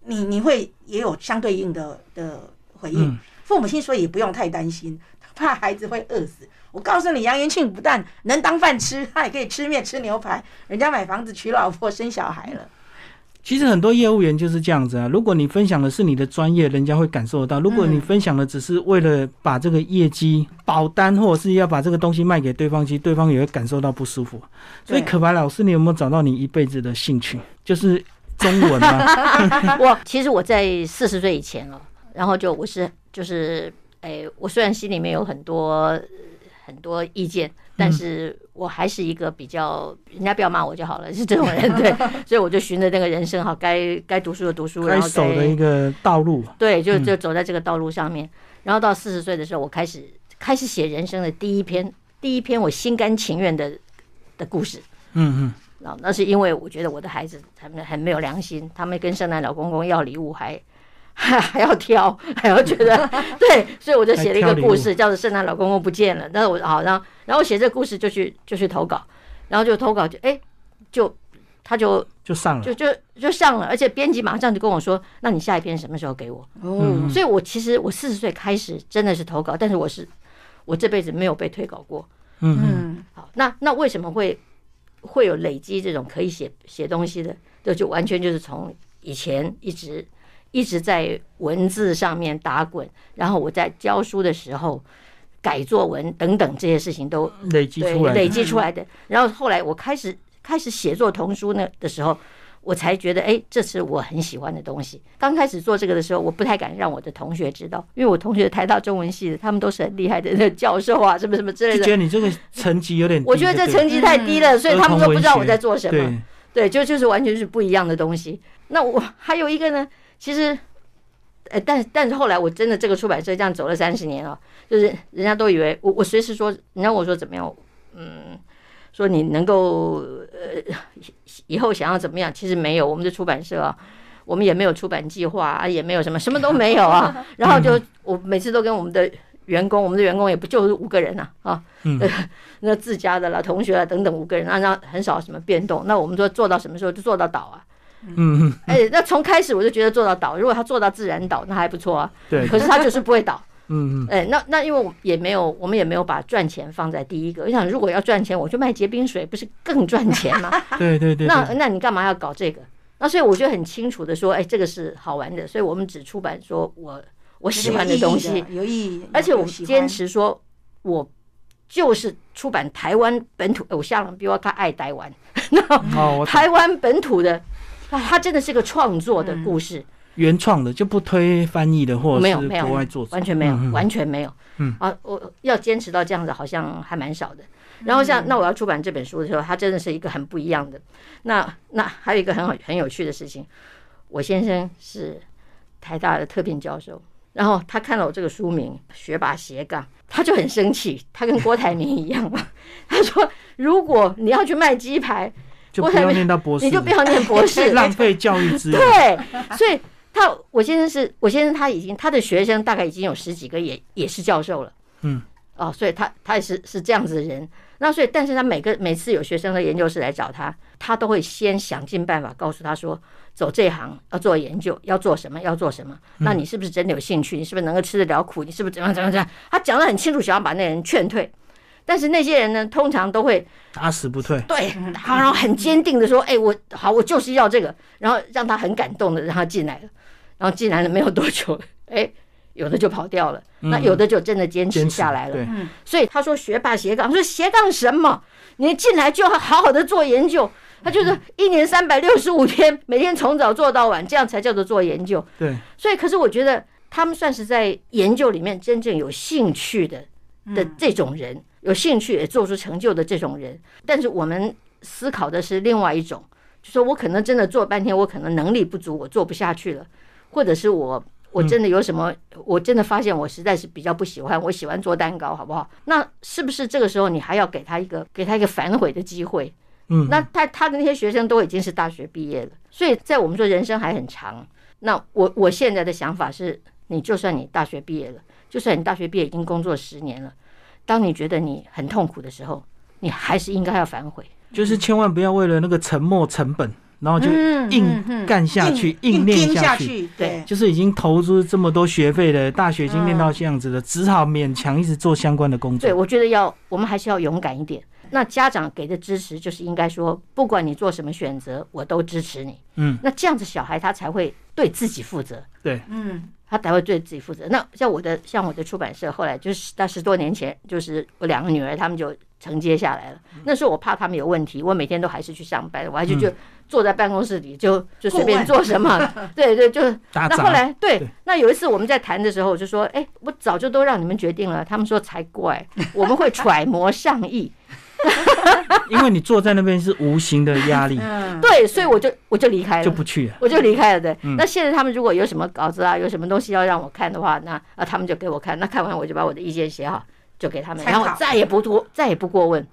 你你会也有相对应的的回应。嗯父母亲说也不用太担心，他怕孩子会饿死。我告诉你，杨元庆不但能当饭吃，他也可以吃面吃牛排，人家买房子娶老婆生小孩了。其实很多业务员就是这样子啊。如果你分享的是你的专业，人家会感受得到；如嗯果你分享的只是为了把这个业绩保单，或者是要把这个东西卖给对方，其实对方也会感受到不舒服。所以，对可白老师，你有没有找到你一辈子的兴趣？就是中文啊 嘛。我其实我在四十岁以前哦，然后就我是就是，哎，我虽然心里面有很多呃很多意见，但是我还是一个比较，人家不要骂我就好了，是这种人对，所以我就循着那个人生哈，该该读书的读书，然开后手的一该个道路，对，就嗯就走在这个道路上面。然后到四十岁的时候，我开始开始写人生的第一篇，第一篇我心甘情愿的的故事。啊嗯嗯，那那是因为我觉得我的孩子他们很没有良心，他们跟圣诞老公公要礼物还还还要挑，还要 觉得对，所以我就写了一还挑个礼物故事，叫做《圣诞老公公不见了》。那我好，然后然后写这个故事就去就去投稿，然后就投稿就哎就他就就上了就。就就上了，而且编辑马上就跟我说，那你下一篇什么时候给我？嗯哦，嗯所以我其实我四十岁开始真的是投稿，但是我是我这辈子没有被退稿过。嗯嗯，嗯，好，那那为什么会会有累积这种可以写写东西的？这就完全就是从以前一直一直在文字上面打滚，然后我在教书的时候改作文等等这些事情都累积嗯对出来的。累积出来的。然后后来我开始开始写作童书呢的时候，我才觉得哎，这是我很喜欢的东西。刚开始做这个的时候，我不太敢让我的同学知道，因为我同学台大中文系的，他们都是很厉害的那教授啊，什么什么之类就的觉。得你这个层级有点低，我觉得这对成绩太低嗯了，所以他们都不知道我在做什么。对，对，就就是完全是不一样的东西。那我还有一个呢，其实，呃，但但是后来我真的这个出版社这样走了三十年了，就是人家都以为我我随时说，你让我说怎么样，嗯，说你能够呃以后想要怎么样，其实没有，我们的出版社啊。我们也没有出版计划啊，也没有什么，什么都没有啊。然后就我每次都跟我们的员工，我们的员工也不就是五个人呐啊，嗯，那自家的啦、同学啊等等五个人，那那很少什么变动。那我们说做到什么时候就做到倒啊？嗯嗯，哎，那从开始我就觉得做到倒，如果他做到自然倒，那还不错啊。对，可是他就是不会倒。嗯嗯，哎，那那因为我也没有，我们也没有把赚钱放在第一个。我想，如果要赚钱，我就卖结冰水，不是更赚钱吗？对 对对，啊那对那你干嘛要搞这个？那所以我就很清楚的说，哎，这个是好玩的，所以我们只出版说我我喜欢的东西，有意义的，而且我有喜欢坚持说，我就是出版台湾本土偶像了，比我他爱台湾，哦，我台湾本土的，啊，它真的是个创作嗯的故事，原创的就不推翻译的或没者有是没有国外作者，完全没有，嗯嗯完全没有。嗯啊，我要坚持到这样子，好像还蛮少的。然后像那我要出版这本书的时候，它真的是一个很不一样的。那那还有一个很好很有趣的事情，我先生是台大的特聘教授，然后他看了我这个书名“学霸斜杠”，他就很生气，他跟郭台铭一样，他说：“如果你要去卖鸡排，就我不还要没念到博士你，就不要念博士，浪费教育资源。 对，所以他我先生是我先生，他已经他的学生大概已经有十几个也也是教授了，嗯，哦，所以他他也是是这样子的人。那所以，但是他每个每次有学生的研究室来找他，他都会先想尽办法告诉他说，走这一行要做研究，要做什么，要做什么。那你是不是真的有兴趣？你是不是能够吃得了苦？你是不是怎么样怎么样怎么样？他讲的很清楚，想要把那个人劝退。但是那些人呢，通常都会打死不退，对，他然后很坚定的说：“哎、我好，我就是要这个。”然后让他很感动的让他进来了，然后进来了没有多久， 哎、有的就跑掉了，那有的就真的坚持嗯坚持下来了。对，所以他说学霸斜杠，我说斜杠什么？你进来就要好好的做研究。他嗯就是一年三百六十五天，每天从早做到晚，这样才叫做做研究。对，所以，可是我觉得他们算是在研究里面真正有兴趣的的这种人，有兴趣也做出成就的这种人。但是我们思考的是另外一种，就说我可能真的做半天，我可能能力不足，我做不下去了，或者是我我真的有什么，我真的发现我实在是比较不喜欢，我喜欢做蛋糕，好不好？那是不是这个时候你还要给他一个给他一个反悔的机会？嗯，那他他的那些学生都已经是大学毕业了，所以在我们说人生还很长。那我我现在的想法是，你就算你大学毕业了，就算你大学毕业已经工作十年了，当你觉得你很痛苦的时候，你还是应该要反悔。就是千万不要为了那个沉没成本，然后就嗯硬嗯嗯干下去，硬硬练盯下去。去，对，就是已经投资这么多学费了，大学已经念到这样子了，只好勉强一直做相关的工对，作。我觉得要我们还是要勇敢一点。那家长给的支持就是应该说，不管你做什么选择，我都支持你。嗯，那这样子小孩他才会对自己负责。对，嗯他才会对自己负责。那像我的，像我的出版社，后来就是在十多年前，就是我两个女儿，她们就承接下来了。那时候我怕她们有问题，我每天都还是去上班，我还是就坐在办公室里就就随便做什么，对对，就打那后杂。来对对，那有一次我们在谈的时候，我就说，哎，我早就都让你们决定了。他们说才怪，我们会揣摩上意。 因为你坐在那边是无形的压力，嗯，对，所以我就我就离开了，就不去了。我就离开了。对，嗯那现在他们如果有什么稿子啊，有什么东西要让我看的话，那啊他们就给我看，那看完我就把我的意见写好，就给他们，参然考后再也不多，再也不过问。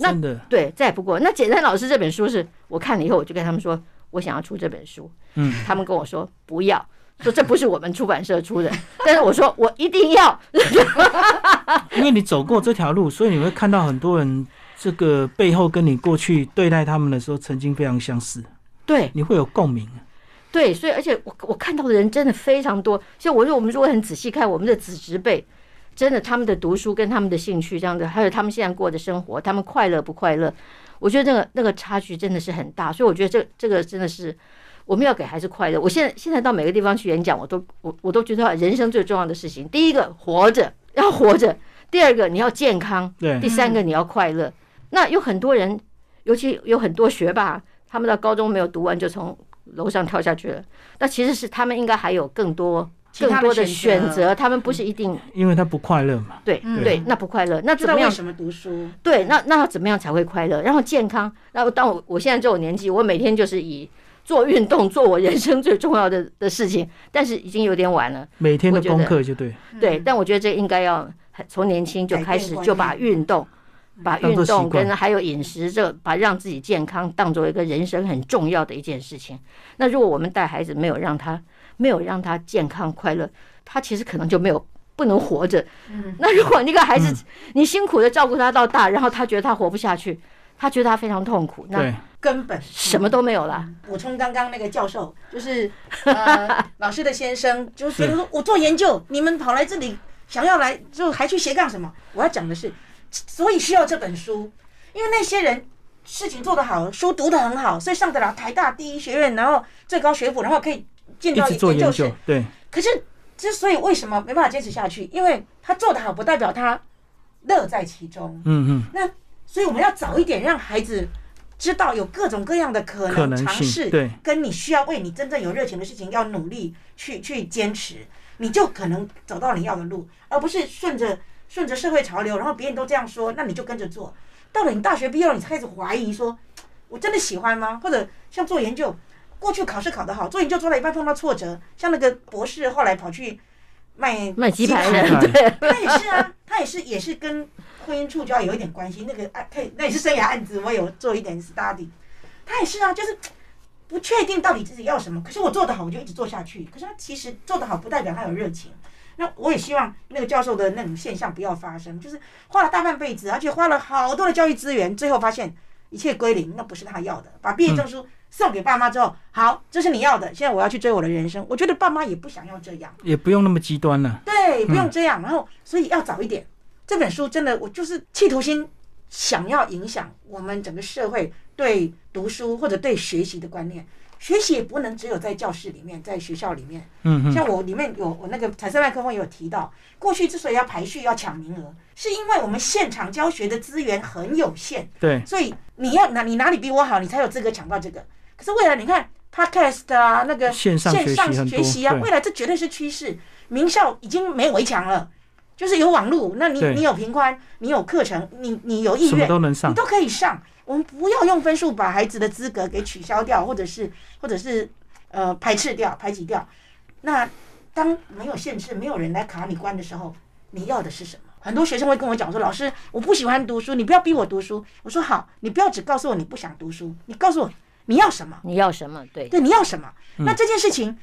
那真的，对，再也不过问。那简单老师这本书是我看了以后，我就跟他们说，我想要出这本书，嗯，他们跟我说不要。说这不是我们出版社出的，但是我说我一定要，因为你走过这条路，所以你会看到很多人这个背后跟你过去对待他们的时候，曾经非常相似，对你会有共鸣。对，所以而且我我看到的人真的非常多，所以我说我们如果很仔细看我们的子侄辈，真的他们的读书跟他们的兴趣这样的，还有他们现在过的生活，他们快乐不快乐，我觉得那个那个差距真的是很大，所以我觉得这这个真的是我们要给孩子快乐。我现在现在到每个地方去演讲，我都我我都觉得人生最重要的事情，第一个活着要活着，第二个你要健康，对第，三个你要快乐。那有很多人，尤其有很多学霸，他们到高中没有读完就从楼上跳下去了。那其实是他们应该还有更多、其更他的多的选选择择，他们不是一定因为他不快乐嘛。对嗯对，那不快乐，那知怎道么为样？什么读书，对，那那要怎么样才会快乐？然后健康，然后当我我现在这种年纪，我每天就是以做运动做我人生最重要的的事情，但是已经有点晚了。每天的我觉得功课就对，对，但我觉得这应该要很从年轻就开始嗯改变观念嗯就把运动、把当运作习动惯跟还有饮食这把让自己健康当做一个人生很重要的一件事情。那如果我们带孩子没有让他没有让他健康快乐，他其实可能就没有。不能活着，嗯那如果那个嗯孩子、你辛苦的照顾他到大，然后他觉得他活不下去，他觉得他非常痛苦，那对，根本什么都没有了。补充刚刚那个教授，就是呃老师的先生，就觉得说我做研究，你们跑来这里想要来，就还去斜杠什么？我要讲的是，所以需要这本书，因为那些人事情做得好，书读得很好，所以上得了台大第一学院，然后最高学府，然后可以进一到直做研室究。，对，可是之所以为什么没办法坚持下去，因为他做得好，不代表他乐在其中。嗯嗯，所以我们要早一点让孩子知道有各种各样的可可能能尝性试，对，跟你需要为你真正有热情的事情要努力去去坚持，你就可能走到你要的路，而不是顺着顺着社会潮流，然后别人都这样说，那你就跟着做。到了你大学毕业了，你才开始怀疑说，我真的喜欢吗？或者像做研究，过去考试考得好，做研究做到一半碰到挫折，像那个博士后来跑去卖卖鸡排鸡人，排对，他也是啊，他也是也是跟婚姻触礁有一点关系。那个案，他也那也是生涯案子，我有做一点 study。他也是啊，就是不确定到底自己要什么。可是我做得好，我就一直做下去。可是他其实做得好，不代表他有热情。那我也希望那个教授的那种现象不要发生，就是花了大半辈子，而且花了好多的教育资源，最后发现一切归零，那不是他要的。把毕业证书送给爸妈之后，好，这是你要的，现在我要去追我的人生。我觉得爸妈也不想要这样。也不用那么极端了。对，不用这样。然后，所以要早一点。这本书真的，我就是企图心，想要影响我们整个社会对读书或者对学习的观念。学习也不能只有在教室里面，在学校里面。嗯哼，像我里面有我那个彩色麦克风有提到，过去之所以要排序要抢名额，是因为我们现场教学的资源很有限。对，所以你要哪你哪里比我好，你才有资格抢到这个。可是未来你看 podcast 啊，那个线上学习很多学习啊，对未来这绝对是趋势。名校已经没围墙了，就是有网络，那你对你有平宽，你有课程，你你有意什么愿，都能你上，都可以上。我们不要用分数把孩子的资格给取消掉，或者是或者是呃排斥掉、排挤掉。那当没有限制、没有人来卡你关的时候，你要的是什么？很多学生会跟我讲说：“老师，我不喜欢读书，你不要逼我读书。”我说：“好，你不要只告诉我你不想读书，你告诉我你要什么？你要什么？对，对，你要什么？那这件事情，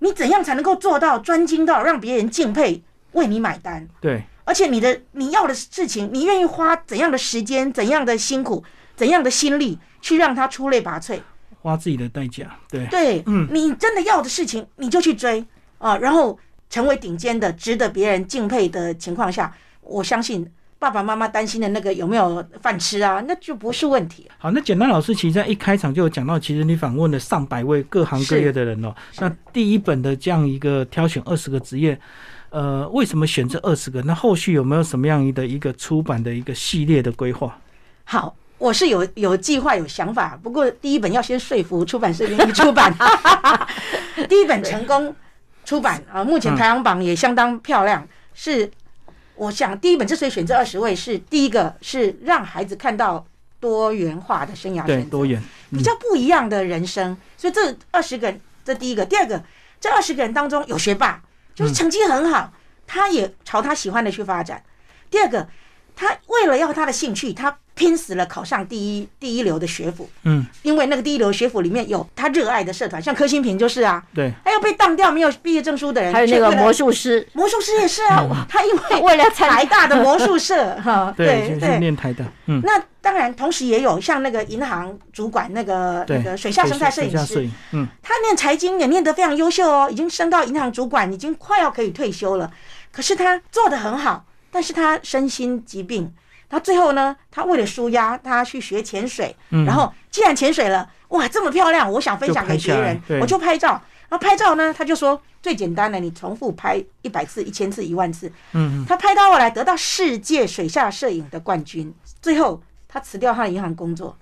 你怎样才能够做到专精到让别人敬佩，为你买单？对，而且你的你要的事情，你愿意花怎样的时间、怎样的辛苦、怎样的心力去让它出类拔萃？花自己的代价，对，对，你真的要的事情，你就去追啊，然后成为顶尖的、值得别人敬佩的情况下，我相信爸爸妈妈担心的那个有没有饭吃啊，那就不是问题。好，那简单老师其实在一开场就有讲到，其实你访问了上百位各行各业的人哦、是那第一本的这样一个挑选二十个职业，呃，为什么选这二十个？那后续有没有什么样的一个出版的一个系列的规划？好，我是有有计划、有想法，不过第一本要先说服出版社愿意出版。第一本成功出版啊，目前排行榜也相当漂亮。是，我想第一本之所以选这二十位，是第一个是让孩子看到多元化的生涯对，选择多元，比较不一样的人生。所以这二十个人，这第一个，第二个，这二十个人当中有学霸，嗯就是成绩很好，他也朝他喜欢的去发展。第二个，他为了要他的兴趣，他拼死了考上第一第一流的学府，嗯，因为那个第一流学府里面有他热爱的社团，像柯新平就是啊，对，还有被当掉没有毕业证书的人，还有那个却为了魔术师， 魔术师也是嗯啊，他因为为了参台大的魔 术社哈，对，对就。是念台的，嗯，那当然，同时也有像那个银行主管那个对呃那个水下生态摄水影下师摄，影，嗯，他念财经也念得非常优秀哦，已经升到银行主管，已经快要可以退休了。可是他做得很好，但是他身心疾病，他最后呢，他为了舒压，他去学潜水，嗯然后既然潜水了，哇，这么漂亮，我想分享给别就拍下来人，对我就拍照。然后拍照呢，他就说最简单的，你重复拍一百次、一千次、一万次。嗯，他拍到后来得到世界水下摄影的冠军，最后他辞掉他的银行工作。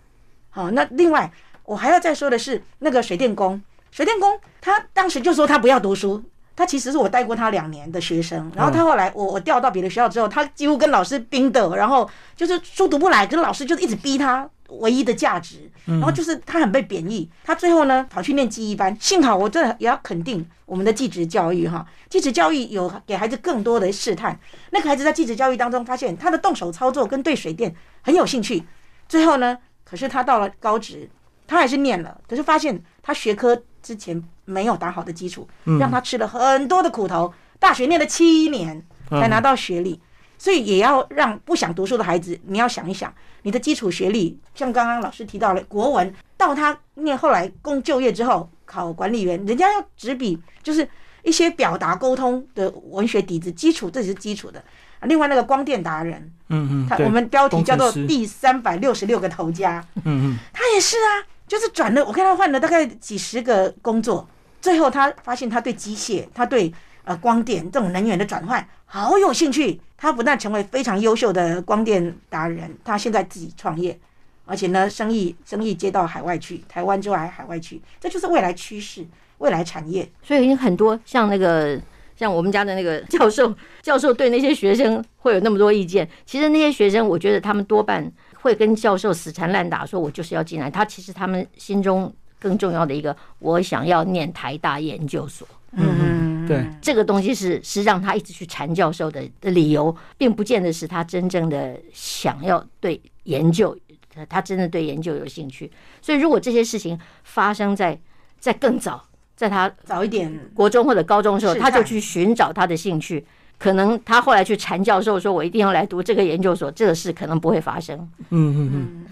好，那另外我还要再说的是，那个水电工，水电工他当时就说他不要读书，他其实是我带过他两年的学生，然后他后来我我调到别的学校之后，他几乎跟老师冰的，然后就是书读不来，跟老师就是一直逼他。唯一的价值，然后就是他很被贬义，他最后呢跑去念记忆班。幸好我这也要肯定我们的继职教育哈，继职教育有给孩子更多的试探。那个孩子在继职教育当中发现他的动手操作跟对水电很有兴趣，最后呢，可是他到了高职，他还是念了，可是发现他学科之前没有打好的基础，嗯让他吃了很多的苦头。大学念了七年嗯才拿到学历，所以也要让不想读书的孩子，你要想一想，你的基础学历，像刚刚老师提到了国文，到他念后来供就业之后考管理员，人家要执笔，就是一些表达沟通的文学底子，基础这是基础的。啊另外那个光电达人，嗯嗯，他对我们标题工叫程做师“第三百六十六个头家”，嗯嗯，他也是啊，就是转了，我看他换了大概几十个工作，最后他发现他对机械，他对呃光电这种能源的转换好有兴趣。他不但成为非常优秀的光电达人，他现在自己创业，而且呢，生意生意接到海外去，台湾之外海外去，这就是未来趋势，未来产业。所以已经很多像那个像我们家的那个 教授，教授对那些学生会有那么多意见。其实那些学生，我觉得他们多半会跟教授死缠烂打，说我就是要进来。他其实他们心中更重要的一个，我想要念台大研究所。嗯对，这个东西是是让他一直去缠教授的的理由，并不见得是他真正的想要对研究，他他真的对研究有兴趣。所以如果这些事情发生在在更早，在他早一点，国中或者高中的时候，试他探就去寻找他的兴趣。可能他后来去缠教授说：“我一定要来读这个研究所。”这个事可能不会发生。嗯嗯嗯，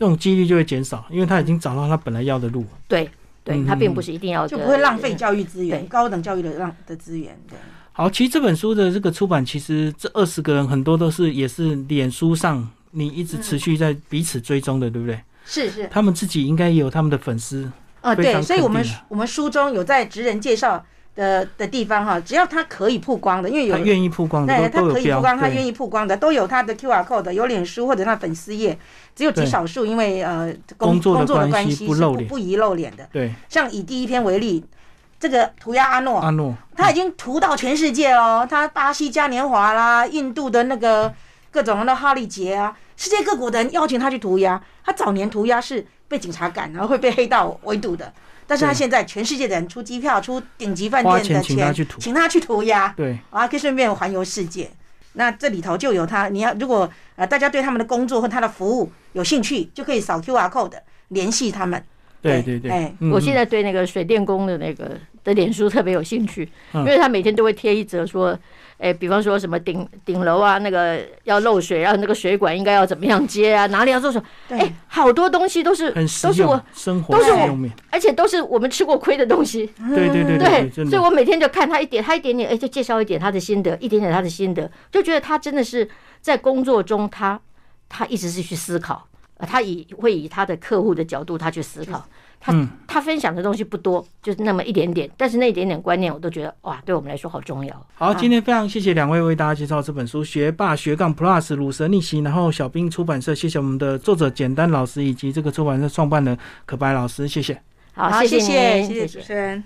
这种几率就会减少，因为他已经找到他本来要的路了。对，对嗯他并不是一定要就不会浪费呃教育资源，对高等教育的浪的资源。对，好，其实这本书的这个出版，其实这二十个人很多都是也是脸书上你一直持续在彼此追踪的，对不对？是是，他们自己应该也有他们的粉丝，呃，非对，常所以肯我们定我们书中有在职人介绍的的地方哈，只要他可以曝光的，因为有他愿意曝光的对，都他都有可以曝标，光，他对愿意曝光的都有他的 QR code，有脸书或者他粉丝页，只有极对少数因为呃工作的工作的关关系系不是露不脸不宜露脸的。对像以第一篇为例，这个涂鸦阿诺，阿诺，他已经涂到全世界哦，他巴西嘉年华啦，印度的那个各种的哈利节啊，世界各国的人邀请他去涂鸦。他早年涂鸦是被警察赶，然后会被黑道围堵的，但是他对现在全世界的人出机票、出顶级饭花店钱的请他去涂请他去涂鸦。对啊，可以顺便环游世界。那这里头就有他，你要如果呃大家对他们的工作和他的服务有兴趣，就可以扫 QR code 联系他们。对对对对哎，嗯呃我现在对那个水电工的那个的脸书特别有兴趣，嗯因为他每天都会贴一则说，哎，比方说什么顶顶楼啊，那个要漏水，然后那个水管应该要怎么样接啊，哪里要做什么，对，哎，好多东西都是很实都是我用，，生活都实是我嗯用面，而且都是我们吃过亏的东西，对对对对，对，真所以的我每天就看他一点，他一点点，哎，就介绍一点他的心得，一点点他的心得，就觉得他真的是在工作中他，他一直是去思考，呃他以会以他的客户的角度他去思考，他、嗯他分享的东西不多，就是那么一点点，但是那一点点观念我都觉得哇，对我们来说好重要。好，今天非常谢谢两位为大家介绍这本书《学霸学杠 Plus 乳蛇逆袭》，然后小兵出版社，谢谢我们的作者简单老师以及这个出版社创办人可白老师，谢谢。好，好，谢谢谢您谢谢主持人。